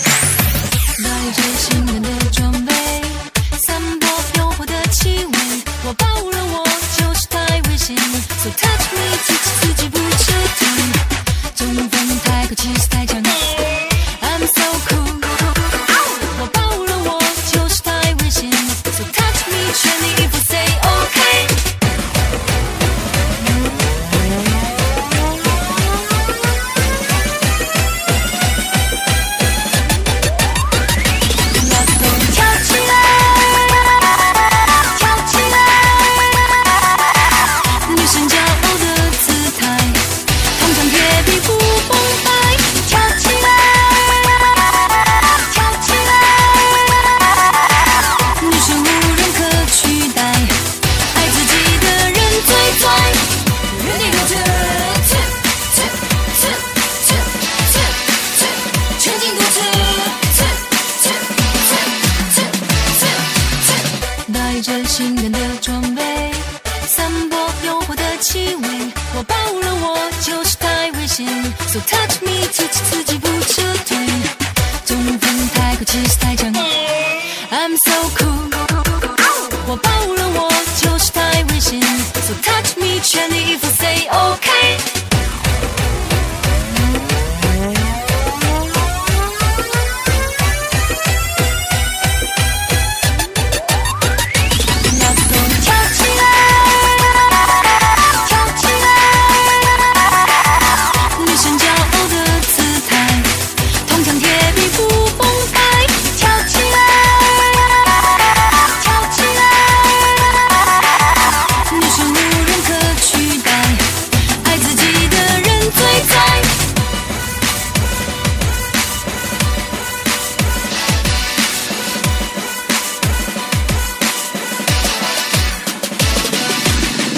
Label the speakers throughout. Speaker 1: 带着信任的装备，散播诱惑的气味。我包容我就是太危险，So touch me，自己自己不彻底。中锋太过，其实太强烈，I'm so cool。我包容我就是太危险，So touch me，全力以赴 say OK。跳起来，跳起来，女神骄傲的姿态，通常也比不崩败。跳起来，跳起来，女神无人可取代，爱自己的人最拽。原地跟着，去去去去去去，全进独特，去去去去去去。带着性感的装备，散播诱惑的气味。我包容我就是太危险，So touch me，自己自己不撤退。中锋太过，气势太强，I'm so cool。我包容我就是太危险，So touch me，全力以赴 say OK。跳起来，跳起来，女神骄傲的姿态，铜墙铁壁不崩败。跳起来，跳起来，女神无人可取代，爱自己的人最在。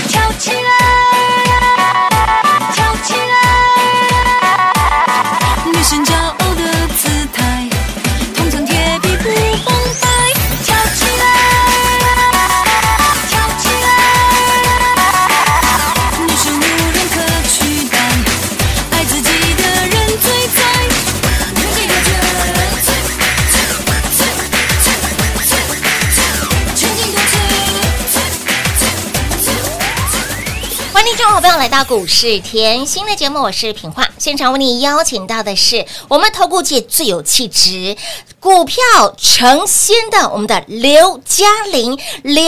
Speaker 1: 跳起来，跳起来，女神骄傲的姿态，铜墙铁壁不崩败。跳起来，跳起来，女神无人可取代，爱自己的人最在。
Speaker 2: 欢迎听众好朋友来到股市甜心的节目，我是品化。现场为你邀请到的是我们投顾界最有气质、股票成仙的我们的刘嘉玲、刘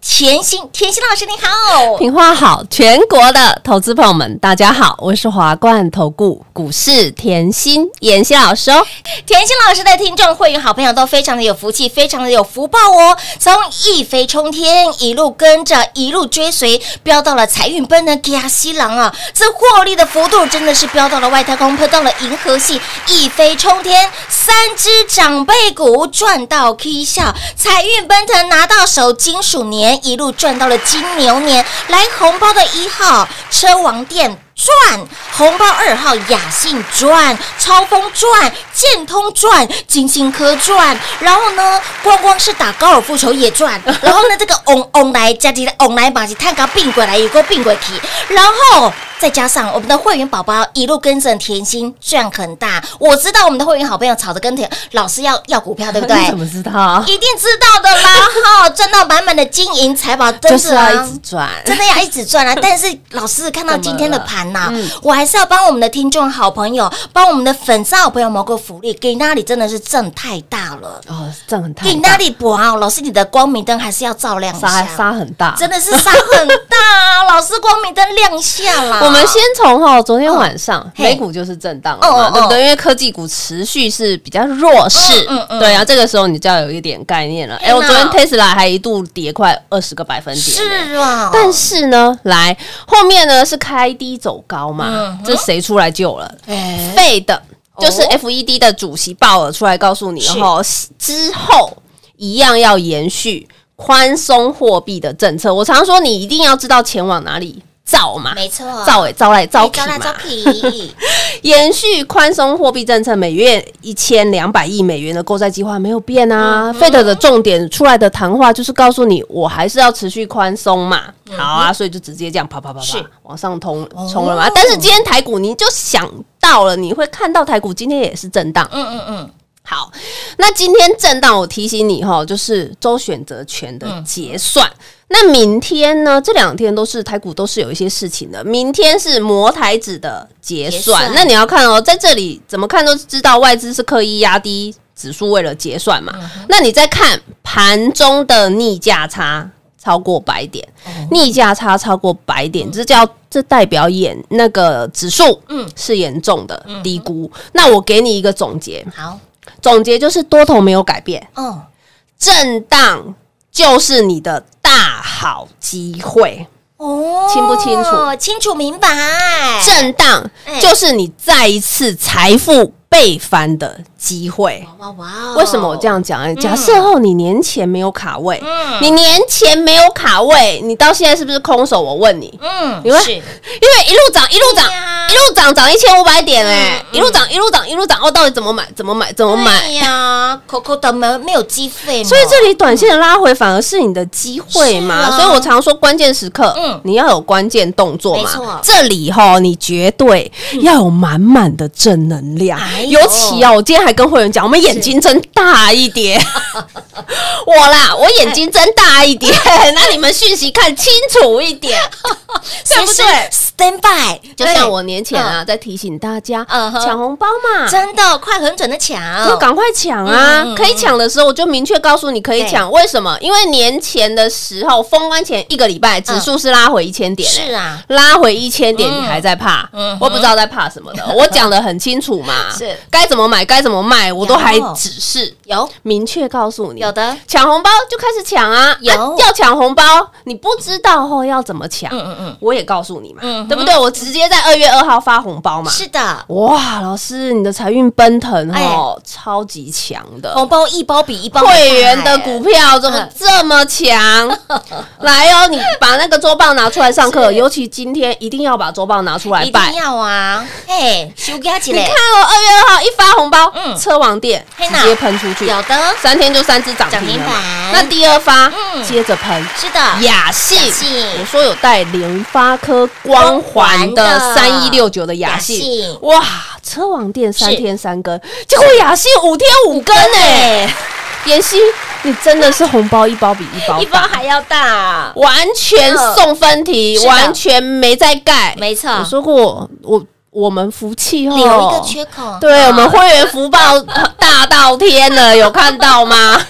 Speaker 2: 甜心、甜心老师，你好。
Speaker 3: 品花好，全国的投资朋友们，大家好，我是华冠投顾股市甜心妍希老师哦。
Speaker 2: 甜心老师的听众会员好朋友都非常的有福气，非常的有福报哦。从一飞冲天，一路跟着，一路追随，飙到了财运奔腾，给亚西郎啊，这获利的幅度真的是飙到了外太空，喷到了银河系，一飞冲天，三只长辈股赚到 K 笑，财运奔腾拿到手，金属年一路赚到了金牛年，来红包的一号车王店。赚，红包二号雅信赚，超风赚，建通赚，金星科赚，然后呢，光光是打高尔夫球也赚，然后呢，这个翁翁来加起来翁来把起探高并轨来一个并轨去，然后再加上我们的会员宝宝一路跟着甜心赚很大，我知道我们的会员好朋友吵着跟甜老师要要股票，对不对？
Speaker 3: 哎你怎么知道？
Speaker 2: 一定知道的啦，哈，赚到满满的金银财宝，真
Speaker 3: 就是
Speaker 2: 的
Speaker 3: 要
Speaker 2: 啊，
Speaker 3: 一直转，
Speaker 2: 真的要一直赚 啊！但是老师看到今天的盘呐、
Speaker 3: 嗯
Speaker 2: 我还是要帮我们的听众好朋友，帮我们的粉丝好朋友谋个福利，给那里真的是挣太大了，
Speaker 3: 哦，这样很大
Speaker 2: 给那里不好，老师你的光明灯还是要照亮一
Speaker 3: 杀
Speaker 2: 下。
Speaker 3: 杀很大，
Speaker 2: 真的是杀很大、啊， 老师光明灯亮下啦。
Speaker 3: 我们先从哈，昨天晚上
Speaker 2: 嘿
Speaker 3: 美股就是震荡了
Speaker 2: 嗯嗯
Speaker 3: 嘛，
Speaker 2: 嗯
Speaker 3: 对不对？因为科技股持续是比较弱势
Speaker 2: 嗯嗯嗯，
Speaker 3: 对啊，这个时候你就要有一点概念了。哎，
Speaker 2: 天
Speaker 3: 我
Speaker 2: 哪
Speaker 3: 昨天 Tesla 还一度跌快二十个百分点呢，
Speaker 2: 是啊，
Speaker 3: 但是呢，来后面呢是开低走高嘛
Speaker 2: 嗯，
Speaker 3: 这谁出来救了？
Speaker 2: 哎
Speaker 3: 费的，就是
Speaker 2: 哦
Speaker 3: FED 的主席鲍尔出来告诉你后，之后一样要延续宽松货币的政策。我常说，你一定要知道钱往哪里造嘛，
Speaker 2: 没错，哎
Speaker 3: 造诶，造来造去
Speaker 2: 招来
Speaker 3: 嘛
Speaker 2: 招。皮，
Speaker 3: 延续宽松货币政策，每月一千两百亿美元的购债计划没有变
Speaker 2: 嗯
Speaker 3: 啊。Fed 的重点出来的谈话就是告诉你，我还是要持续宽松嘛。
Speaker 2: 嗯
Speaker 3: 好啊，所以就直接这样啪啪啪啪往上通冲了
Speaker 2: 哦
Speaker 3: 嘛。但是今天台股你就想到了，你会看到台股今天也是震荡。
Speaker 2: 嗯嗯嗯，
Speaker 3: 好，那今天震荡，我提醒你哈，就是周选择权的结算。那明天呢？这两天都是台股都是有一些事情的。明天是摩台指的结算，
Speaker 2: 结算
Speaker 3: 那你要看哦，在这里怎么看都知道外资是刻意压低指数为了结算嘛。
Speaker 2: 嗯
Speaker 3: 那你再看盘中的逆价差超过百点，
Speaker 2: 哦
Speaker 3: 逆价差超过百点，这叫这代表眼那个指数
Speaker 2: 嗯
Speaker 3: 是严重的低估。那我给你一个总结，
Speaker 2: 好，
Speaker 3: 总结就是多头没有改变，
Speaker 2: 嗯，
Speaker 3: 震荡就是你的大好机会，
Speaker 2: 哦，
Speaker 3: 清不清楚？
Speaker 2: 清楚明白。
Speaker 3: 震荡
Speaker 2: 哎
Speaker 3: 就是你再一次财富倍翻的机会。
Speaker 2: 哇哇！
Speaker 3: 为什么我这？样讲？哎假设后你年前没有卡位，
Speaker 2: 嗯
Speaker 3: 你年前没有卡位，你到现在是不是空手？我问你，
Speaker 2: 嗯，
Speaker 3: 你会
Speaker 2: 是
Speaker 3: 因为一路涨，一路涨，
Speaker 2: 对呀
Speaker 3: 一路涨，涨一千五百点哎
Speaker 2: 嗯、嗯
Speaker 3: 一路涨，一路涨，一路涨，哦，到底怎么买？怎么买？怎么买？
Speaker 2: 对呀，Coco 的没没有机会嘛，
Speaker 3: 所以这里短线的拉回反而是你的机会嘛，
Speaker 2: 是啊
Speaker 3: 所以我常说关键时刻，
Speaker 2: 嗯
Speaker 3: 你要有关键动作
Speaker 2: 没错嗯
Speaker 3: 嘛。这里哈，你绝对要有满满的正能量。
Speaker 2: 哎呦
Speaker 3: 尤其哦，我今天还跟会员讲，我们眼睛睁大一 点。我啦，我眼睛睁大一点， 那你们讯息看清 楚一点，对不对？
Speaker 2: ？Stand by，
Speaker 3: 就像我年前啊，在提醒大家
Speaker 2: 嗯哼
Speaker 3: 抢红包嘛
Speaker 2: 对，真的快很准的抢，
Speaker 3: 就赶快抢啊！
Speaker 2: 嗯嗯嗯嗯
Speaker 3: 可以抢的时候，我就明确告诉你可以抢。为什么？因为年前的时候，封关前一个礼拜，指数是拉回一千点、欸
Speaker 2: 嗯是啊，
Speaker 3: 拉回一千点，
Speaker 2: 嗯
Speaker 3: 你还在怕？
Speaker 2: 嗯哼
Speaker 3: 我不知道在怕什么 的，我讲的很清楚嘛。
Speaker 2: 是
Speaker 3: 该怎么买，该怎么卖，我都
Speaker 2: 有
Speaker 3: 还指示
Speaker 2: 有
Speaker 3: 明确告诉你。
Speaker 2: 有的，
Speaker 3: 抢红包就开始抢啊！
Speaker 2: 有
Speaker 3: 啊要抢红包，你不知道后要怎么抢，
Speaker 2: 嗯嗯
Speaker 3: 我也告诉你嘛，
Speaker 2: 嗯哼
Speaker 3: 对不对？我直接在二月二号发红包嘛
Speaker 2: 嗯，。是的，
Speaker 3: 哇，老师，你的财运奔腾
Speaker 2: 哎
Speaker 3: 哦，超级强的。
Speaker 2: 红包一包比一包
Speaker 3: 会员的股
Speaker 2: 票，
Speaker 3: 票怎么
Speaker 2: 嗯
Speaker 3: 这 么强？来哦，你把那个周报拿出来上课，尤其今天一定要把周报拿出来
Speaker 2: 一
Speaker 3: 拜
Speaker 2: 定。要啊！嘿，休假起
Speaker 3: 你看
Speaker 2: 来，
Speaker 3: 哦，二月二号一发红包，
Speaker 2: 嗯
Speaker 3: 车王店
Speaker 2: 嘿呐
Speaker 3: 直接喷出去，
Speaker 2: 有的，
Speaker 3: 三天就三只涨
Speaker 2: 涨停
Speaker 3: 停了嘛。
Speaker 2: 板
Speaker 3: 那第二发
Speaker 2: 嗯
Speaker 3: 接着喷，
Speaker 2: 是的，
Speaker 3: 雅信
Speaker 2: 雅信，
Speaker 3: 我说有带联发科光环的
Speaker 2: 光
Speaker 3: 三
Speaker 2: 环
Speaker 3: 一
Speaker 2: 的
Speaker 3: 六九的雅
Speaker 2: 雅
Speaker 3: 信
Speaker 2: 信，
Speaker 3: 哇，车网店三
Speaker 2: 是
Speaker 3: 天三更，结果雅信五天五更哎、
Speaker 2: 哎，
Speaker 3: 妍希，你真的是红包一包比一包
Speaker 2: 一包
Speaker 3: 大。
Speaker 2: 还要大，
Speaker 3: 完全送分题
Speaker 2: 是，的
Speaker 3: 完全没在盖。
Speaker 2: 没错
Speaker 3: 我说过，我我们服气哦，
Speaker 2: 留一个缺口，
Speaker 3: 对我们会员福报大到天 了，有看到吗？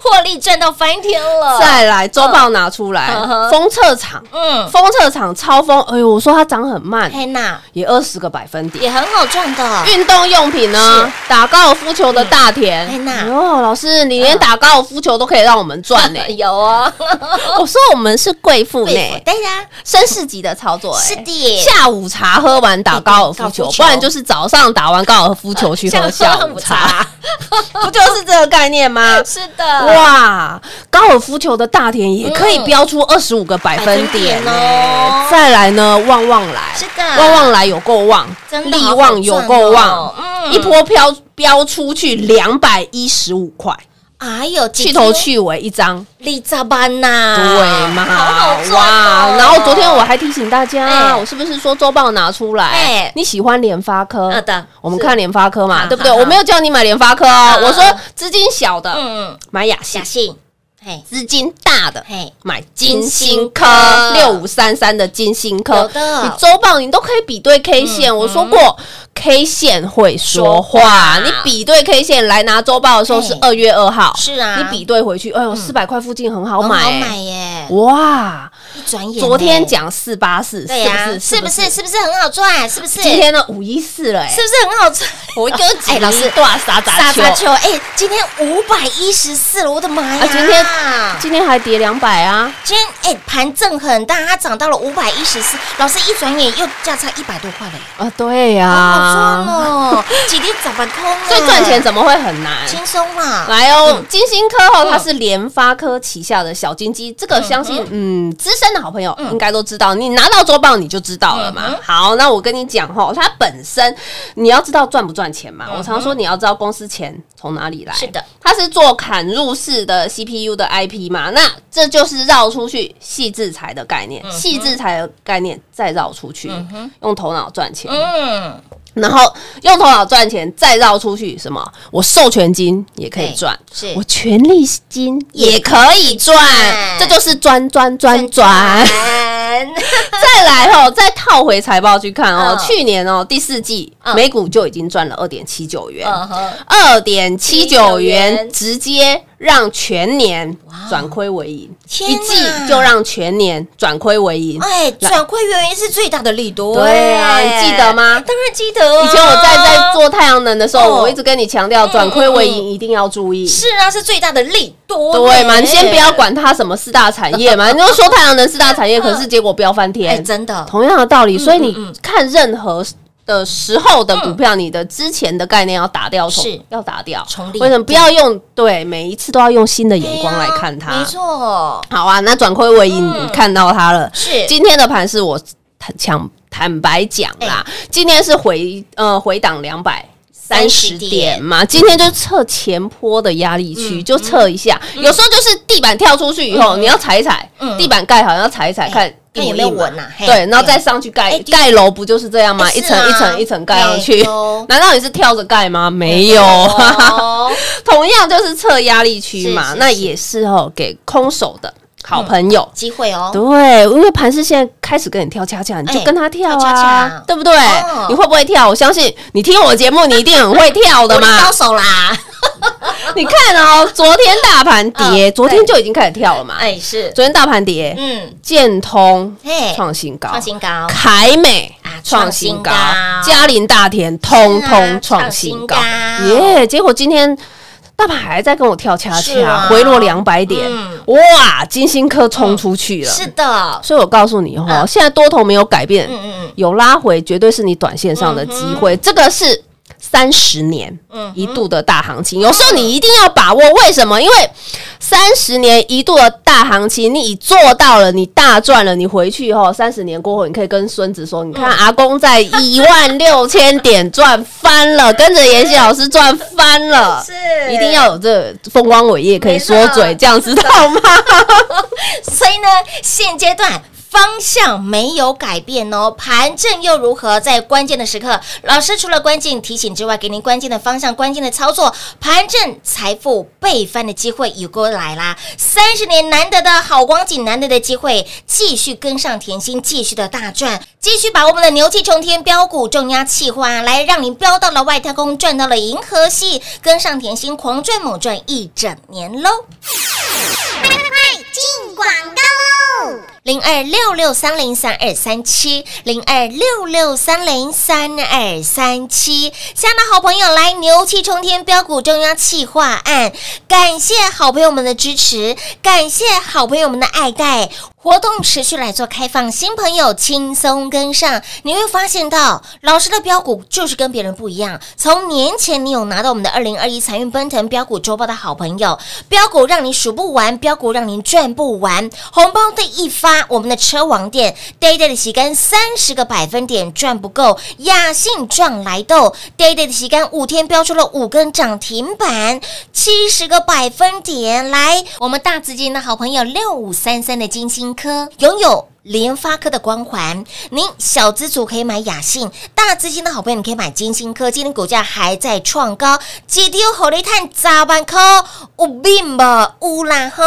Speaker 2: 获利赚到翻天了，
Speaker 3: 再来，周报拿出来
Speaker 2: 哦嗯哼，
Speaker 3: 封测场，
Speaker 2: 嗯，
Speaker 3: 封测场超风，哎呦，我说它涨很慢，
Speaker 2: 嘿娜
Speaker 3: 也二十个百分点。
Speaker 2: 也很好赚的，
Speaker 3: 运动用品呢？打高尔夫球的大田
Speaker 2: 哎，那。
Speaker 3: 哦，老师，你连打高尔夫球都可以让我们赚呢
Speaker 2: 有啊，
Speaker 3: 我说我们是贵妇呢，
Speaker 2: 对呀，
Speaker 3: 绅士级的操作，哎
Speaker 2: 是。的，
Speaker 3: 下午茶喝完打高尔夫
Speaker 2: 高
Speaker 3: 球
Speaker 2: 尔夫，球
Speaker 3: 不然就是早上打完高尔夫球 去喝下午茶，， 不就是这个概念吗？
Speaker 2: 是的，
Speaker 3: 哇，高尔夫球的大田也可以
Speaker 2: 嗯
Speaker 3: 标出二十五个百分点
Speaker 2: 百分点
Speaker 3: 呢、
Speaker 2: 哦
Speaker 3: 再来呢，旺旺来，
Speaker 2: 是的
Speaker 3: 旺旺来有够旺，
Speaker 2: 真的
Speaker 3: 力
Speaker 2: 好好
Speaker 3: 旺有够
Speaker 2: 赚哦
Speaker 3: 旺，
Speaker 2: 嗯
Speaker 3: 一波飘飙出去两百一十五块，
Speaker 2: 哎呦，
Speaker 3: 去头去尾一张，
Speaker 2: 利扎班呐，
Speaker 3: 对嘛？
Speaker 2: 啊好好赚
Speaker 3: 哇
Speaker 2: 哦
Speaker 3: 然后昨天我还提醒大家，
Speaker 2: 哎
Speaker 3: 我是不是说周报拿出来
Speaker 2: 哎？
Speaker 3: 你喜欢联发科
Speaker 2: 啊的
Speaker 3: 我们看联发科嘛，
Speaker 2: 是
Speaker 3: 对不对？
Speaker 2: 啊啊啊
Speaker 3: 我没有叫你买联发科哦，
Speaker 2: 啊
Speaker 3: 我说资金小的
Speaker 2: 嗯，
Speaker 3: 买雅信
Speaker 2: 假，信，嘿，
Speaker 3: 资金大的
Speaker 2: 嘿，
Speaker 3: 买金星科
Speaker 2: 金星科
Speaker 3: 六五三三的金星科，
Speaker 2: 有的嗯
Speaker 3: 你周报你都可以比对 K 线，我说过。K 线会说
Speaker 2: 说
Speaker 3: 话，
Speaker 2: 话
Speaker 3: 你比对 K 线来拿周报的时候是二月二号，
Speaker 2: 是啊
Speaker 3: 你比对回去，哎呦，四百块附近很好
Speaker 2: 很
Speaker 3: 买
Speaker 2: 好
Speaker 3: 欸，
Speaker 2: 买耶，
Speaker 3: 哇！
Speaker 2: 一转眼，
Speaker 3: 昨天，讲四八四，
Speaker 2: 对呀，
Speaker 3: 是
Speaker 2: 是
Speaker 3: 不
Speaker 2: 不
Speaker 3: 是？
Speaker 2: 是？是不是很好赚？是不是？
Speaker 3: 今天呢，五一四了，哎
Speaker 2: 是，不是很好赚？我跟哎，老师。
Speaker 3: 大傻傻
Speaker 2: 傻
Speaker 3: 球
Speaker 2: 傻球！哎，今天五百一十四了，我的妈呀！
Speaker 3: 啊今天今天还跌两百啊，
Speaker 2: 今天哎盘正很大，它涨到了五百一十四，老师一转眼又价差一百多块嘞，
Speaker 3: 啊，对
Speaker 2: 好赚
Speaker 3: 呀，
Speaker 2: 哦！几天涨半空啊，
Speaker 3: 所以赚钱怎么会很难？
Speaker 2: 轻松啦。
Speaker 3: 来哦，金星科后
Speaker 2: 嗯
Speaker 3: 它是联发科旗下的小金鸡，这个相信嗯资深的好朋友
Speaker 2: 嗯
Speaker 3: 应该都知道，你拿到周报你就知道了
Speaker 2: 嗯
Speaker 3: 嘛
Speaker 2: 哼。
Speaker 3: 好，那我跟你讲哈，它本身你要知道赚不赚钱
Speaker 2: 嗯
Speaker 3: 嘛。我常说你要知道公司钱从哪里来，
Speaker 2: 是 的，
Speaker 3: 它是做砍入式的 CPU 的 IP 嘛，那这就是绕出去细制裁的概
Speaker 2: 嗯
Speaker 3: 念，细制裁的概念再绕出去，用头脑赚钱。
Speaker 2: 嗯，
Speaker 3: 然后用头脑赚钱，再绕出去什么？我授权金也可以
Speaker 2: 对
Speaker 3: 赚，
Speaker 2: 是
Speaker 3: 我权利金也可以赚
Speaker 2: 赚，
Speaker 3: 这就是赚赚赚赚。
Speaker 2: 转
Speaker 3: 再来哦，再套回财报去看哦，
Speaker 2: 嗯
Speaker 3: 去年哦第四季
Speaker 2: 嗯
Speaker 3: 美股就已经赚了二点七九元，
Speaker 2: 嗯哼，
Speaker 3: 二点七九元
Speaker 2: 元
Speaker 3: 直接让全年转亏为盈，
Speaker 2: 哦天
Speaker 3: 一
Speaker 2: 哪
Speaker 3: 季就让全年转亏为盈。
Speaker 2: 哎，转亏原因是最大的利多。哎
Speaker 3: 对啊，你记得？吗？
Speaker 2: 当然记得啊。
Speaker 3: 以前我在在做太阳能的时候，
Speaker 2: 哦
Speaker 3: 我一直跟你强调转亏为盈一定要注意。
Speaker 2: 是啊，是最大的利多。哎
Speaker 3: 对嘛？你先不要。管它什么四大产 业嘛，你就说太阳能四大产业，可是结果飙翻
Speaker 2: 哎，
Speaker 3: 天。
Speaker 2: 真的，
Speaker 3: 同样的道理，所以
Speaker 2: 嗯
Speaker 3: 你
Speaker 2: 嗯
Speaker 3: 看任何的时候的股票，你的之前的概念要打掉，重
Speaker 2: 是
Speaker 3: 要打掉
Speaker 2: 重立
Speaker 3: 为什么不要用？对，每一次都要用新的眼光来看
Speaker 2: 哎呀
Speaker 3: 它
Speaker 2: 没。错，
Speaker 3: 好啊，那转亏为盈，
Speaker 2: 嗯
Speaker 3: 你看到它了。
Speaker 2: 是
Speaker 3: 今天的盘是我坦坦坦白讲啦，
Speaker 2: 哎
Speaker 3: 今天是回呃回档两百。三十
Speaker 2: 30
Speaker 3: 点嘛，今天就测前坡的压力区，就测一下。有时候就是地板跳出去以后，你要踩一踩，
Speaker 2: 嗯嗯
Speaker 3: 地板盖好要踩一踩，
Speaker 2: 哎
Speaker 3: 看
Speaker 2: 看
Speaker 3: 硬
Speaker 2: 有
Speaker 3: 不
Speaker 2: 没有
Speaker 3: 硬嘛
Speaker 2: 稳啊嘿
Speaker 3: 对，然后再
Speaker 2: 对
Speaker 3: 上去盖
Speaker 2: 哎对
Speaker 3: 盖楼，不就是这样吗？
Speaker 2: 哎
Speaker 3: 一
Speaker 2: 是
Speaker 3: 层
Speaker 2: 啊
Speaker 3: 一层一层盖上去
Speaker 2: 哎呦。
Speaker 3: 难道你是跳着盖吗？没有，哈哈哈。
Speaker 2: 哦
Speaker 3: 同样就是测压力区
Speaker 2: 是
Speaker 3: 嘛，
Speaker 2: 是
Speaker 3: 那
Speaker 2: 是
Speaker 3: 也是哦，给空手的好朋友。
Speaker 2: 机会哦。
Speaker 3: 对，因为盘是现在开始跟你跳恰恰，你就
Speaker 2: 哎
Speaker 3: 跟他跳
Speaker 2: 跳恰
Speaker 3: 啊
Speaker 2: 恰，
Speaker 3: 对不对
Speaker 2: 哦？
Speaker 3: 你会不会跳？我相信你听我节目，你一定很会跳
Speaker 2: 我
Speaker 3: 的
Speaker 2: 的
Speaker 3: 嘛
Speaker 2: 高。手啦，
Speaker 3: 你看哦，昨天大盘跌，
Speaker 2: 嗯
Speaker 3: 昨天就已经开始跳了嘛。
Speaker 2: 哎是，
Speaker 3: 昨天大盘跌，
Speaker 2: 嗯，哎
Speaker 3: 建通
Speaker 2: 嘿
Speaker 3: 创新高，
Speaker 2: 创新高，
Speaker 3: 凯美
Speaker 2: 哦啊
Speaker 3: 创
Speaker 2: 创新
Speaker 3: 新高
Speaker 2: 高，啊
Speaker 3: 嘉林大田通通创
Speaker 2: 创
Speaker 3: 新
Speaker 2: 新
Speaker 3: 高
Speaker 2: 高，
Speaker 3: 耶！结果今天。大盘还在跟我跳恰
Speaker 2: 是
Speaker 3: 恰，
Speaker 2: 啊
Speaker 3: 回落两百点，
Speaker 2: 嗯
Speaker 3: 哇！金星科冲出去了，
Speaker 2: 是的，
Speaker 3: 所以我告诉你哈、
Speaker 2: 嗯
Speaker 3: 现在多头没有改变，
Speaker 2: 嗯嗯
Speaker 3: 有拉回，绝对是你短线上的机会。这个是三十年
Speaker 2: 嗯哼嗯
Speaker 3: 一度的大行情，有时候你一定要把握。为什么？因为三十年一度的大行情，你做到了，你大赚了，你回去以后，三十年过后，你可以跟孙子说：“你
Speaker 2: 嗯
Speaker 3: 看，阿公在一万六千点赚翻了，跟着妍希老师赚翻了。”
Speaker 2: 是
Speaker 3: 一定要有这风光伟业可以说嘴，
Speaker 2: 没错
Speaker 3: 这样知道吗？
Speaker 2: 所以呢，现阶段。方向没有改变哦，盘正又如何？在关键的时刻，老师除了关键提醒之外，给您关键的方向、关键的操作，盘正财富倍翻的机会有过来啦！三十年难得的好光景，难得的机会，继续跟上甜心，继续的大赚，继续把我们的牛气冲天标股重压气化，来让您飙到了外太空，赚到了银河系，跟上甜心狂赚猛赚一整年喽！零二六六三零三二三七，零二六六三零三二三七。亲爱的好朋友，来牛气冲天标股中央企划案，感谢好朋友们的支持，感谢好朋友们的爱戴。活动持续来做开放，新朋友轻松跟上，你会发现到老师的标股就是跟别人不一样。从年前你有拿到我们的二零二一财运奔腾标股周报的好朋友，标股让你数不完，标股让您赚不完，红包的一发，我们的车王店 day day 的洗干三十个百分点赚不够，雅信赚来豆 day day 的洗干五天标出了五根涨停板，七十个百分点。来，我们大资金的好朋友六五三三的金星科拥有。联发科的光环，您小资族可以买雅信，大资金的好朋友你可以买金星科，今天股价还在创高，几丢火力探咋办扣？有病吧？乌啦哼！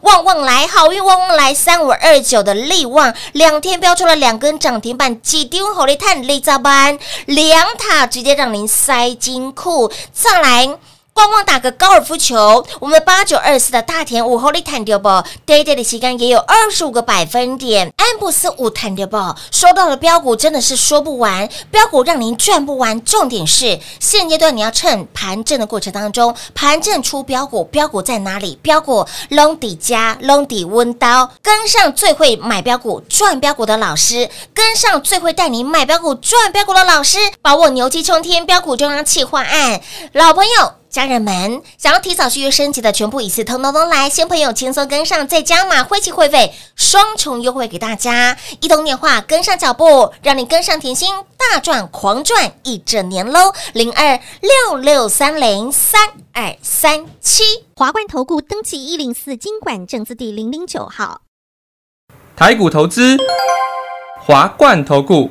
Speaker 2: 旺旺来，好运旺旺来，三五二九的利旺，两天标出了两根涨停板，几丢火力探利咋办？两塔直接让您塞金库，再来。光光打个高尔夫球，我们八九二四的大田五后力探掉不，day day 的旗杆也有二十五个百分点，安布斯五探掉不，收到的标股真的是说不完，标股让您赚不完。重点是现阶段你要趁盘正的过程当中，盘正出标股，标股在哪里？标股 long 底加 long 底温刀，跟上最会买标股赚标股的老师，跟上最会带你买标股赚标股的老师，把握牛气冲天标股中央企划案，老朋友。家人们，想要提早续约升级的，全部一次通通通来，新朋友轻松跟上，再加码会期会费双重优惠给大家，一通电话跟上脚步，让你跟上甜心大赚狂赚一整年喽！零二六六三零三二三七。
Speaker 4: 华冠投顾登记一零四经管证字第零零九号。
Speaker 5: 台股投资，华冠投顾。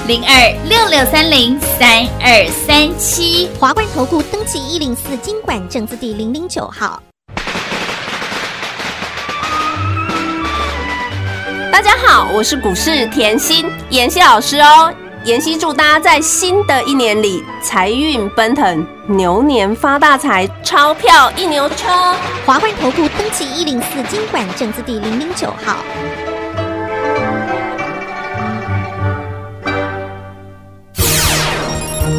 Speaker 6: 零二六六三零三二三七。
Speaker 4: 华冠投顾登记一零四经管证字第零零九号。
Speaker 7: 大家好，我是股市甜心妍希老师哦。妍希祝大家在新的一年里财运奔腾，牛年发大财，钞票一牛车。
Speaker 4: 华冠投顾登记一零四经管证字第零零九号。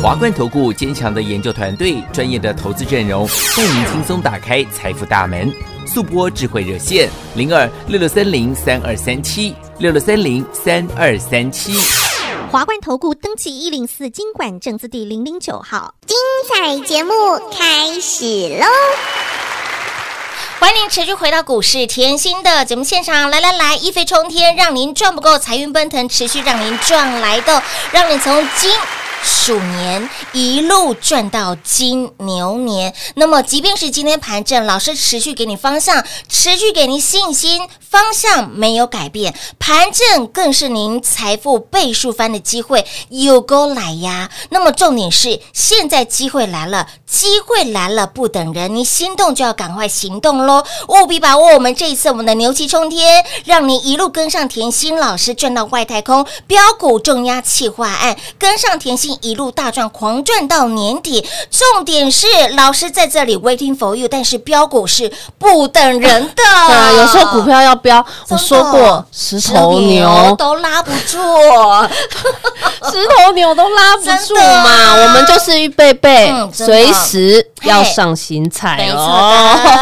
Speaker 8: 华冠投顾坚强的研究团队，专业的投资阵容，带您轻松打开财富大门。速播智慧热线零二六六三零三二三七六六三零三二三七。
Speaker 4: 华冠投顾登记一零四经管证字第零零九号。
Speaker 2: 欢迎您持续回到股市甜心的节目现场，来来来，一飞冲天，让您赚不够，财运奔腾，持续让您赚来的，让你从金。鼠年一路赚到金牛年，那么即便是今天盘正，老师持续给你方向，持续给您信心，方向没有改变，盘正更是您财富倍数翻的机会，有够来呀！那么重点是，现在机会来了，机会来了不等人，你心动就要赶快行动喽！务必把握我们这一次我们的牛气冲天，让您一路跟上甜心老师赚到外太空，标股重压企划案，跟上甜心一路大赚，狂赚到年底。重点是老师在这里 waiting for you，但是标股是不等人的，
Speaker 3: 对啊，有时候股。票要飙，我
Speaker 2: 真的
Speaker 3: 说过石头 牛，
Speaker 2: 都拉不住，
Speaker 3: 石头牛都拉不
Speaker 2: 真
Speaker 3: 住
Speaker 2: 的啊
Speaker 3: 嘛，我们就是预备备
Speaker 2: 嗯，真的
Speaker 3: 随时要
Speaker 2: 嘿
Speaker 3: 上新菜
Speaker 2: 没错
Speaker 3: 哦。
Speaker 2: 的，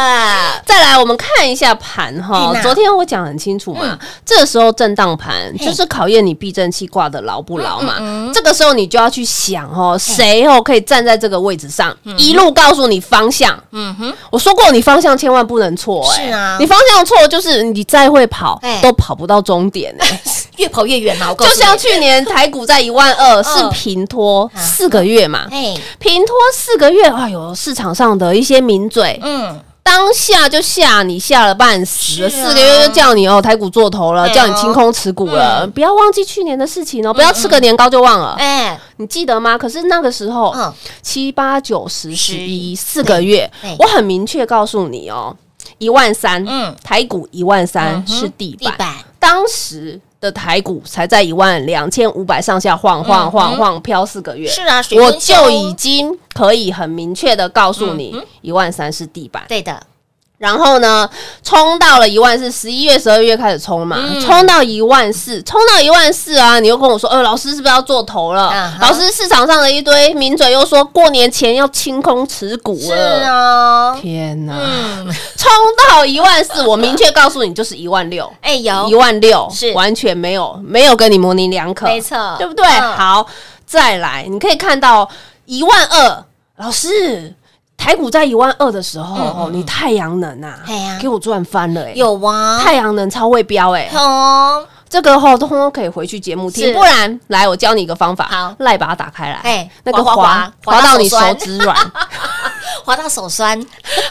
Speaker 3: 再来，我们看一下盘哈
Speaker 2: 嗯呐。
Speaker 3: 昨天我讲很清楚
Speaker 2: 嗯
Speaker 3: 嘛，这时候震荡盘就是考验你避震器挂的牢不牢嘛。
Speaker 2: 嗯
Speaker 3: 这个时候你就要去想哦，谁哦可以站在这个位置上，一路告诉你方向。
Speaker 2: 嗯哼，
Speaker 3: 我说过，你方向千万不能错，哎
Speaker 2: 是啊
Speaker 3: 你方向错就是你再会跑
Speaker 2: 哎
Speaker 3: 都跑不到终点哎。
Speaker 2: 越跑越远了，我告
Speaker 3: 就
Speaker 2: 诉你
Speaker 3: 像去年台股在一万二，是平拖
Speaker 2: 啊
Speaker 3: 四个月嘛？
Speaker 2: 哎，
Speaker 3: 平拖四个月，哎呦，市场上的一些名嘴，
Speaker 2: 嗯，
Speaker 3: 当下就吓你吓了半死了，
Speaker 2: 是啊
Speaker 3: 四个月就叫你哦，台股做头了，
Speaker 2: 哎呦嗯
Speaker 3: 叫你清空持股了，不要忘记去年的事情哦，不要吃个年糕就忘了，
Speaker 2: 哎，
Speaker 3: 你记得吗？可是那个时候
Speaker 2: 嗯，
Speaker 3: 七八九十十一四个月
Speaker 2: 对，
Speaker 3: 我很明确告诉你哦，一万三，
Speaker 2: 嗯
Speaker 3: 台股一万三
Speaker 2: 嗯哼
Speaker 3: 是地
Speaker 2: 地
Speaker 3: 板，
Speaker 2: 板
Speaker 3: 当时的台股才在一万两千五百上下晃晃晃晃飘四个月，
Speaker 2: 是啊，水
Speaker 3: 我
Speaker 2: 分
Speaker 3: 就
Speaker 2: 秀
Speaker 3: 已经可以很明确的告诉你，
Speaker 2: 嗯
Speaker 3: 一万三是地板。
Speaker 2: 对的，
Speaker 3: 然后呢，冲到了一万四，十一月、十二月开始冲嘛，
Speaker 2: 嗯
Speaker 3: 冲到一万四，冲到一万四啊！你又跟我说，呃，老师是不是要做头了？
Speaker 2: 嗯哼
Speaker 3: 老师市场上的一堆名嘴又说过年前要清空持股
Speaker 2: 是
Speaker 3: 了。
Speaker 2: 哦，
Speaker 3: 天哪！
Speaker 2: 嗯，
Speaker 3: 冲到一万四，我明确告诉你，就是一万六，
Speaker 2: 哎
Speaker 3: 一
Speaker 2: 有，
Speaker 3: 万六
Speaker 2: 是
Speaker 3: 完全没有没有跟你模棱两可，
Speaker 2: 没错
Speaker 3: 对不对？
Speaker 2: 嗯
Speaker 3: 好，再来，你可以看到一万二，老师。台股在一万二的时候，哦，你太阳能啊
Speaker 2: 哎嗯呀，
Speaker 3: 给我赚翻了哎、
Speaker 2: 有啊，
Speaker 3: 太阳能超会标哎、
Speaker 2: 哦，
Speaker 3: 这个后通通可以回去节目
Speaker 2: 是
Speaker 3: 听，不然来我教你一个方法，
Speaker 2: 好
Speaker 3: 赖把它打开来，
Speaker 2: 哎
Speaker 3: 那个
Speaker 2: 滑滑
Speaker 3: 滑
Speaker 2: 滑滑
Speaker 3: 滑
Speaker 2: 到
Speaker 3: 到你
Speaker 2: 手
Speaker 3: 手
Speaker 2: 酸
Speaker 3: 指软，
Speaker 2: 滑到手酸，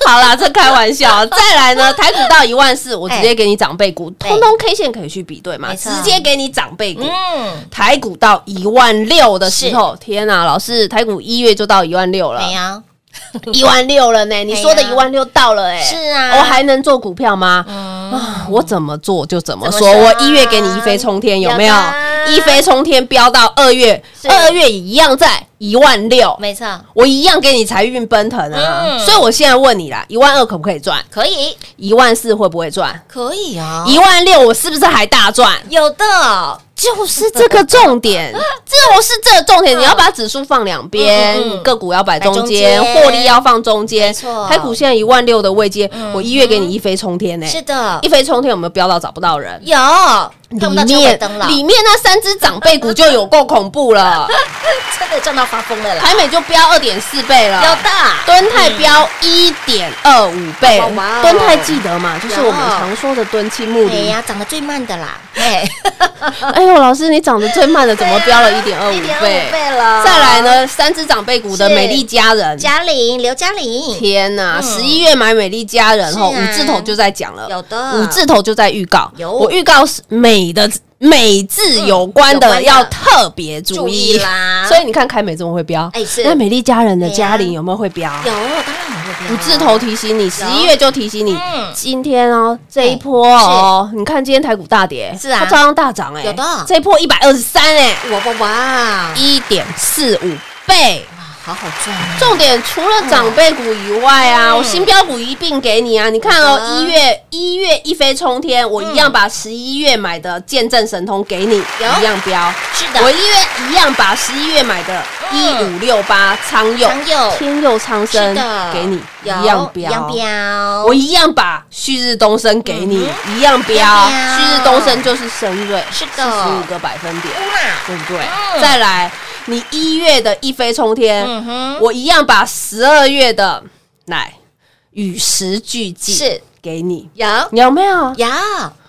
Speaker 3: 好啦，这开玩 笑。再来呢，台股到一万四，我直接给你长辈股，
Speaker 2: 对
Speaker 3: 通通 K 线可以去比对嘛，
Speaker 2: 没错
Speaker 3: 直接给你长辈股。
Speaker 2: 嗯，
Speaker 3: 台股到一万六的时候，天哪、老师，台股一月就到一万六了，
Speaker 2: 没有，
Speaker 3: 一万六了呢？你说的
Speaker 2: 哎哎呀
Speaker 3: 一万六到了哎，
Speaker 2: 是啊
Speaker 3: 我还能做股票吗？
Speaker 2: 嗯
Speaker 3: 啊，我怎么做就怎么说，我一月给你一飞冲天，有没有
Speaker 2: 啊有的？啊
Speaker 3: 一飞冲天飙到二月，
Speaker 2: 是
Speaker 3: 二月一样在一万六，
Speaker 2: 没错，
Speaker 3: 我一样给你财运奔腾啊！
Speaker 2: 嗯
Speaker 3: 所以我现在问你啦，一万二可不可以赚？
Speaker 2: 可以，
Speaker 3: 一万四会不会赚？
Speaker 2: 可以啊，
Speaker 3: 一万六我是不是还大赚？
Speaker 2: 有的，
Speaker 3: 就是 这个重点，就是这个重点。
Speaker 2: 嗯
Speaker 3: 你要把指数放两边
Speaker 2: 嗯嗯嗯，
Speaker 3: 个股要摆中间，
Speaker 2: 摆中间
Speaker 3: 获利要放中间
Speaker 2: 没错。嗯
Speaker 3: 台股现在一万六的位阶，我一月给你一飞冲天呢，
Speaker 2: 是的
Speaker 3: 一，飞冲天有没有飙到找不到人？
Speaker 2: 有，看不到车尾灯了，
Speaker 3: 里面那三只长辈股就有够恐怖 了，
Speaker 2: 真的赚到发疯了 啦，
Speaker 3: 台美就飙二点四倍了，
Speaker 2: 有嗯的，
Speaker 3: 敦泰标一点二五倍
Speaker 2: 哇哇哦，
Speaker 3: 敦泰记得嘛？就是我们常说的敦亲睦
Speaker 2: 哎
Speaker 3: 邻。
Speaker 2: 呀，长得最慢的啦，哎，
Speaker 3: 哎呦，老师，你长得最慢的，怎么标了一点二五
Speaker 2: 1.25
Speaker 3: 倍？
Speaker 2: 倍了，
Speaker 3: 再来，呢，三只长辈股的
Speaker 2: 是
Speaker 3: 美丽佳人，
Speaker 2: 嘉玲，刘嘉玲，
Speaker 3: 天呐！
Speaker 2: 嗯
Speaker 3: 十一月买美丽佳人吼，
Speaker 2: 是啊
Speaker 3: 五字头就在讲了，
Speaker 2: 有的
Speaker 3: 五字头就在预告，
Speaker 2: 有
Speaker 3: 我预告是美的美字有关
Speaker 2: 嗯有关的
Speaker 3: 的要特别注
Speaker 2: 注
Speaker 3: 意
Speaker 2: 意。啦，
Speaker 3: 所以你看凯美这么会标
Speaker 2: 哎是，
Speaker 3: 那美丽佳人的
Speaker 2: 对啊
Speaker 3: 嘉玲有没有会标？
Speaker 2: 有，当然有会标
Speaker 3: 五字头提醒你，十一月就提醒你
Speaker 2: 嗯，
Speaker 3: 今天哦这一波哦，你看今天台股大跌，
Speaker 2: 是啊
Speaker 3: 它照样大涨哎，
Speaker 2: 有的
Speaker 3: 这一波一百二十三哎，
Speaker 2: 哇哇哇，
Speaker 3: 一点四五倍。
Speaker 2: 好好赚啊，
Speaker 3: 重点除了长辈股以外啊，
Speaker 2: 嗯
Speaker 3: 我新标股一并给你啊。你看哦
Speaker 2: 好，的
Speaker 3: 一月一月一飞冲天，我一样把
Speaker 2: 嗯
Speaker 3: 十一月买的见证神通给你，一样标。
Speaker 2: 是
Speaker 3: 我
Speaker 2: 的，
Speaker 3: 一月一样把十一月买的一
Speaker 2: 嗯
Speaker 3: 五六八苍佑
Speaker 2: 常有，
Speaker 3: 天佑苍
Speaker 2: 是
Speaker 3: 生
Speaker 2: 的，
Speaker 3: 给你一
Speaker 2: 有
Speaker 3: 样
Speaker 2: 一样
Speaker 3: 标。
Speaker 2: 标，嗯
Speaker 3: 我一样把旭日东升给你，一样
Speaker 2: 一
Speaker 3: 标。
Speaker 2: 样标
Speaker 3: 旭日东升就是升瑞，
Speaker 2: 是的
Speaker 3: 十五个百分点，
Speaker 2: 啦
Speaker 3: 对不对？再来，你一月的一飞冲天，
Speaker 2: 嗯哼，
Speaker 3: 我一样把十二月的来与时俱进
Speaker 2: 是
Speaker 3: 给你，
Speaker 2: 有
Speaker 3: 有没有？
Speaker 2: 有，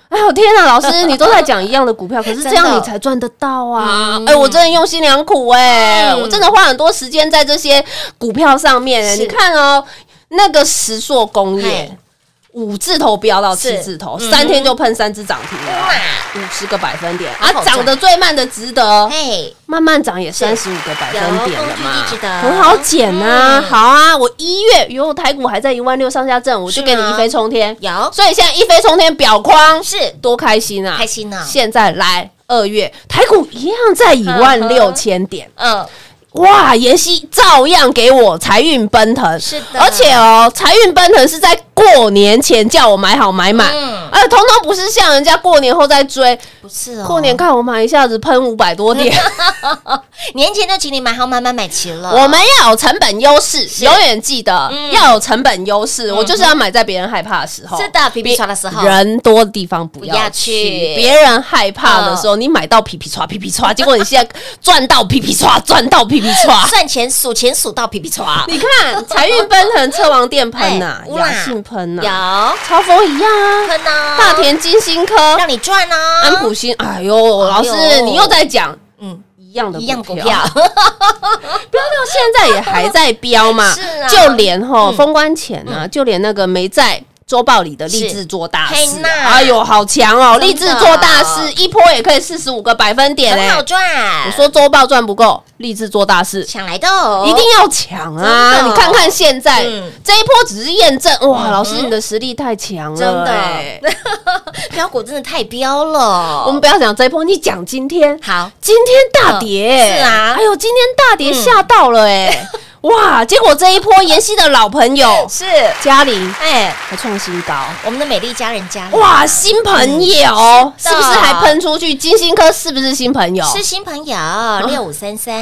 Speaker 3: 哎呦天啊，老师，你都在讲一样的股 票，可是这
Speaker 2: 真的
Speaker 3: 样你才赚得到啊！
Speaker 2: 嗯
Speaker 3: 哎，我真的用心良苦哎，
Speaker 2: 嗯
Speaker 3: 我真的花很多时间在这些股票上面哎。
Speaker 2: 是
Speaker 3: 你看哦，那个石塑工业
Speaker 2: 嘿。
Speaker 3: 五字头飙到
Speaker 2: 是
Speaker 3: 七字头，
Speaker 2: 嗯
Speaker 3: 三天就喷三只涨停了，
Speaker 2: 哇，
Speaker 3: 五十个百分点
Speaker 2: 好
Speaker 3: 啊！
Speaker 2: 赚
Speaker 3: 涨得最慢的值得，哦
Speaker 2: 嘿，
Speaker 3: 慢慢涨也三十五个百分点了嘛
Speaker 2: 有工具地值得，
Speaker 3: 很好减呐、
Speaker 2: 嗯
Speaker 3: 好啊，我一月因为我台股还在一万六上下震，我就给
Speaker 2: 是
Speaker 3: 你
Speaker 2: 啊
Speaker 3: 一飞冲天。
Speaker 2: 有，
Speaker 3: 所以现在一飞冲天表框
Speaker 2: 是
Speaker 3: 多开心啊！
Speaker 2: 开心呢，
Speaker 3: 现在来二月，台股一样在一万六千点，
Speaker 2: 嗯，
Speaker 3: 哇！妍希照样给我财运奔腾，
Speaker 2: 是的
Speaker 3: 而且哦，财运奔腾是在过年前叫我买好买满，
Speaker 2: 嗯
Speaker 3: 而且通通不是像人家过年后再追，
Speaker 2: 不是哦，
Speaker 3: 过年看我买一下子喷五百多点。
Speaker 2: 年前就请你买好买买买齐了，
Speaker 3: 我们要有成本优势，永远记得、
Speaker 2: 嗯
Speaker 3: 要有成本优势。我就是要买在别人害怕的时候，
Speaker 2: 是的，皮皮刷的时候，
Speaker 3: 人多的地方不
Speaker 2: 不要
Speaker 3: 要去
Speaker 2: 去。嗯
Speaker 3: 别人害怕的时候，你买到皮皮刷皮皮刷，结果你现在赚到皮皮刷，赚到皮皮 刷。
Speaker 2: 算钱数钱数到皮皮 刷，
Speaker 3: 你看财运奔腾，车王店喷呐
Speaker 2: 哎，乌啦
Speaker 3: 雅信喷
Speaker 2: 有
Speaker 3: 呐，超风一样啊，
Speaker 2: 喷呢，
Speaker 3: 大田金星科、
Speaker 2: 让你赚哦呢，
Speaker 3: 安普新，哎呦，
Speaker 2: 嗯
Speaker 3: 老
Speaker 2: 哎
Speaker 3: 师
Speaker 2: 呦
Speaker 3: 你又在讲
Speaker 2: 嗯，
Speaker 3: 一样的
Speaker 2: 一样股
Speaker 3: 股
Speaker 2: 票
Speaker 3: 票。到现在也还在飙嘛，
Speaker 2: 是啊
Speaker 3: 就连吼
Speaker 2: 嗯
Speaker 3: 封关前啊，就连那个没在。周报里的立
Speaker 2: 是
Speaker 3: 志做大
Speaker 2: 嘿
Speaker 3: 事
Speaker 2: 那
Speaker 3: 啊，哎呦，好强哦！
Speaker 2: 真的啊
Speaker 3: 立志做大事，一波也可以四十五个百分点嘞
Speaker 2: 很。好赚。
Speaker 3: 我说周报赚不够，立志做大事。
Speaker 2: 抢来的哦，
Speaker 3: 一定要抢
Speaker 2: 真
Speaker 3: 啊！
Speaker 2: 的
Speaker 3: 你看看现在、
Speaker 2: 嗯
Speaker 3: 这一波只是验证，哇，老师你的实力太强了、
Speaker 2: 真
Speaker 3: 哎
Speaker 2: 的， 标股真的太标了。
Speaker 3: 我们不要讲这一波，你讲今天，
Speaker 2: 好，
Speaker 3: 今天大跌、
Speaker 2: 嗯是啊嗯
Speaker 3: 哎呦，今天大跌吓到了哎、 哇！结果这一波妍希的老朋友
Speaker 2: 是
Speaker 3: 嘉玲
Speaker 2: 哎，
Speaker 3: 还创新高，
Speaker 2: 我们的美丽佳人家里
Speaker 3: 哇，新朋友、
Speaker 2: 是
Speaker 3: 是
Speaker 2: 的
Speaker 3: 不是还喷出去？金星科是不是新朋友？
Speaker 2: 嗯是新朋友六五三三，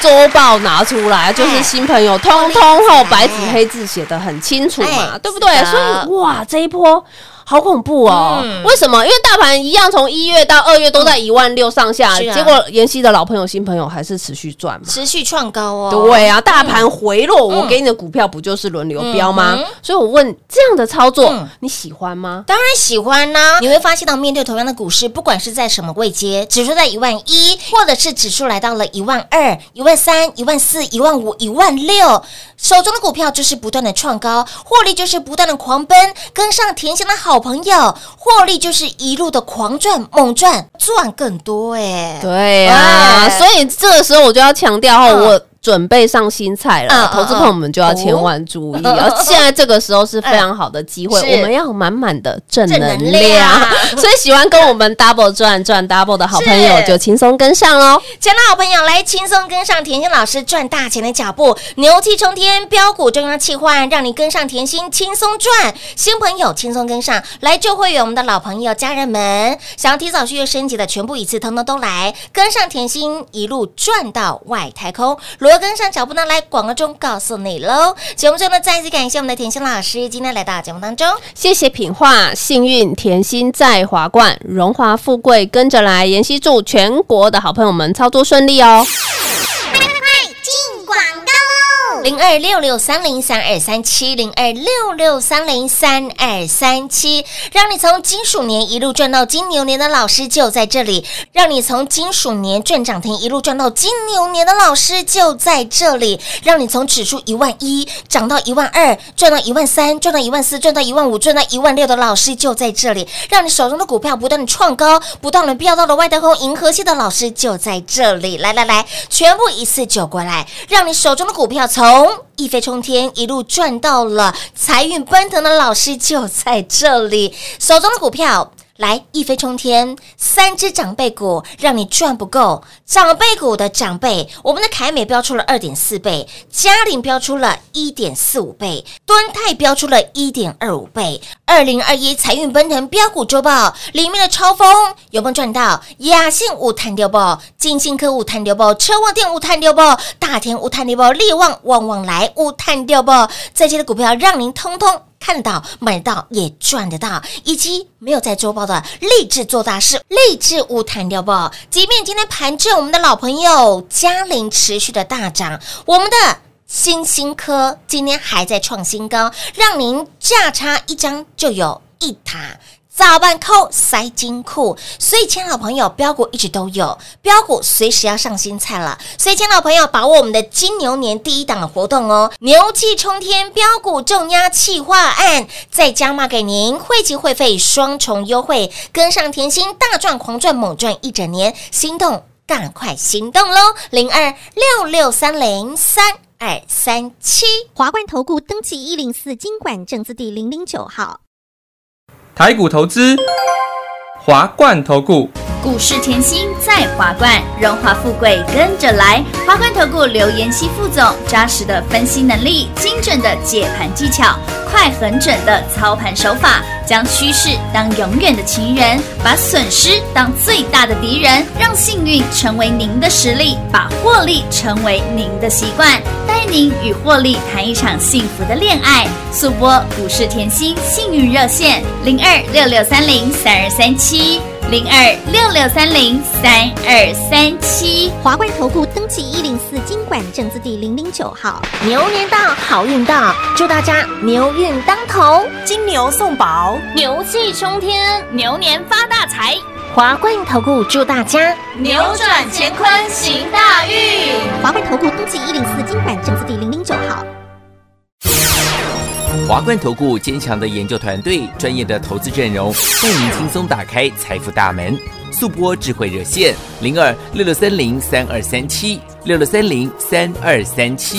Speaker 3: 周报拿出来，
Speaker 2: 哎
Speaker 3: 就是新朋友，通通后白纸黑字写的很清楚嘛
Speaker 2: 啊哎，
Speaker 3: 对不对
Speaker 2: 是？的
Speaker 3: 所以哇，这一波。好恐怖哦！
Speaker 2: 嗯
Speaker 3: 为什么？因为大盘一样，从一月到二月都在一万六上下，
Speaker 2: 是啊
Speaker 3: 结果妍希的老朋友、新朋友还是持续赚嘛。
Speaker 2: 持续创高哦。
Speaker 3: 对啊，大盘回落，
Speaker 2: 嗯
Speaker 3: 我给你的股票不就是轮流标吗
Speaker 2: 嗯？
Speaker 3: 所以我问，这样的操作
Speaker 2: 嗯
Speaker 3: 你喜欢吗？
Speaker 2: 当然喜欢啦、你会发现到面对同样的股市，不管是在什么位阶，指数在一万一，或者是指数来到了一万二、一万三、一万四、一万五、一万六，手中的股票就是不断的创高，获利就是不断的狂奔，跟上甜心的好朋友，获利就是一路的狂赚猛赚，赚更多哎、
Speaker 3: 对啊，
Speaker 2: 哎
Speaker 3: 所以这个时候我就要强调哦，
Speaker 2: 嗯
Speaker 3: 我准备上新菜
Speaker 2: 嗯嗯
Speaker 3: 了，投资朋友们就要千万注意
Speaker 2: 嗯
Speaker 3: 哦。现在这个时候是非常好的机会，
Speaker 2: 嗯是
Speaker 3: 我们要满满的正
Speaker 2: 正能
Speaker 3: 能量
Speaker 2: 量，
Speaker 3: 所以喜欢跟我们 double 赚赚 double 的好朋友
Speaker 2: 是
Speaker 3: 就轻松跟上哦喽。
Speaker 2: 亲爱的好朋友，来轻松跟上甜心老师赚大钱的脚步，牛气冲天，标股中央气换，让你跟上甜心轻松赚。新朋友轻松跟上来，就会有我们的老朋友家人们，想要提早续约升级的，全部一次通通都来，跟上甜心一路赚到外太空。如何跟上脚步呢？来广告中告诉你喽。节目中呢，再一次感谢我们的甜心老师今天来到节目当中。
Speaker 3: 谢谢品画，幸运甜心在华冠，荣华富贵跟着来。妍希祝全国的好朋友们操作顺利哦。
Speaker 4: 进广告喽！
Speaker 2: 零二六六三零三二三七零二六六三零三二三七，让你从金属年一路赚到金牛年的老师就在这里，让你从金属年赚涨停一路赚到金牛年的老师就在这里，让你从指数一万一涨到一万二，赚到一万三，赚到一万四，赚到一万五，赚到一万六的老师就在这里，让你手中的股票不断的创高，不断的飙到了外太空银河系的老师就在这里，来来来，全部一次九过来，让你手中的股票从一飞冲天一路赚到了财运奔腾的老师就在这里，手中的股票。来一飞冲天，三只长辈股让你赚不够。长辈股的长辈，我们的凯美标出了二点四倍，嘉玲标出了一点四五倍，敦泰标出了一点二五倍。二零二一财运奔腾标股周报里面的超风有没有赚到？雅信五探六报，金星科五探六报，车旺电五探六报，大田五探六报，力旺旺旺来五探六报，这些的股票让您通通。看得到、买得到、也赚得到，以及没有在周报的励志做大事、励志无谈掉报。即便今天盘正，我们的老朋友嘉玲持续的大涨，我们的。新兴科今天还在创新高，让您价差一张就有一塔。早半扣塞金库，所以，亲爱的朋友，标股一直都有，标股随时要上新菜了。所以，亲爱的朋友，把握我们的金牛年第一档的活动哦，牛气冲天，标股重压企划案，再加码给您，汇集会费双重优惠，跟上甜心大赚狂赚猛赚一整年，心动赶快行动喽！零二六六三零三二三七。
Speaker 4: 华冠投顾登记一零四经管证字第零零九号。
Speaker 5: 台股投资，华冠投顾。
Speaker 6: 股市甜心在华冠，荣华富贵跟着来。华冠投顾刘延熙副总，扎实的分析能力，精准的解盘技巧，快狠准的操盘手法，将趋势当永远的情人，把损失当最大的敌人，让幸运成为您的实力，把获利成为您的习惯，带您与获利谈一场幸福的恋爱。速播股市甜心幸运热线零二六六三零三二三七。零二六六三零三二三七。
Speaker 4: 华冠投顾登记一零四经管证字第零零九号。
Speaker 2: 牛年到，好运到，祝大家牛运当头，金牛送宝，牛气冲天，牛年发大财。华冠投顾祝大家
Speaker 6: 扭转乾坤行大运。
Speaker 4: 华冠投顾登记一零四经管证字第零零九号。
Speaker 8: 华冠投顾坚强的研究团队，专业的投资阵容，带您轻松打开财富大门。速播智慧热线零二六六三零三二三七六六三零三二三七。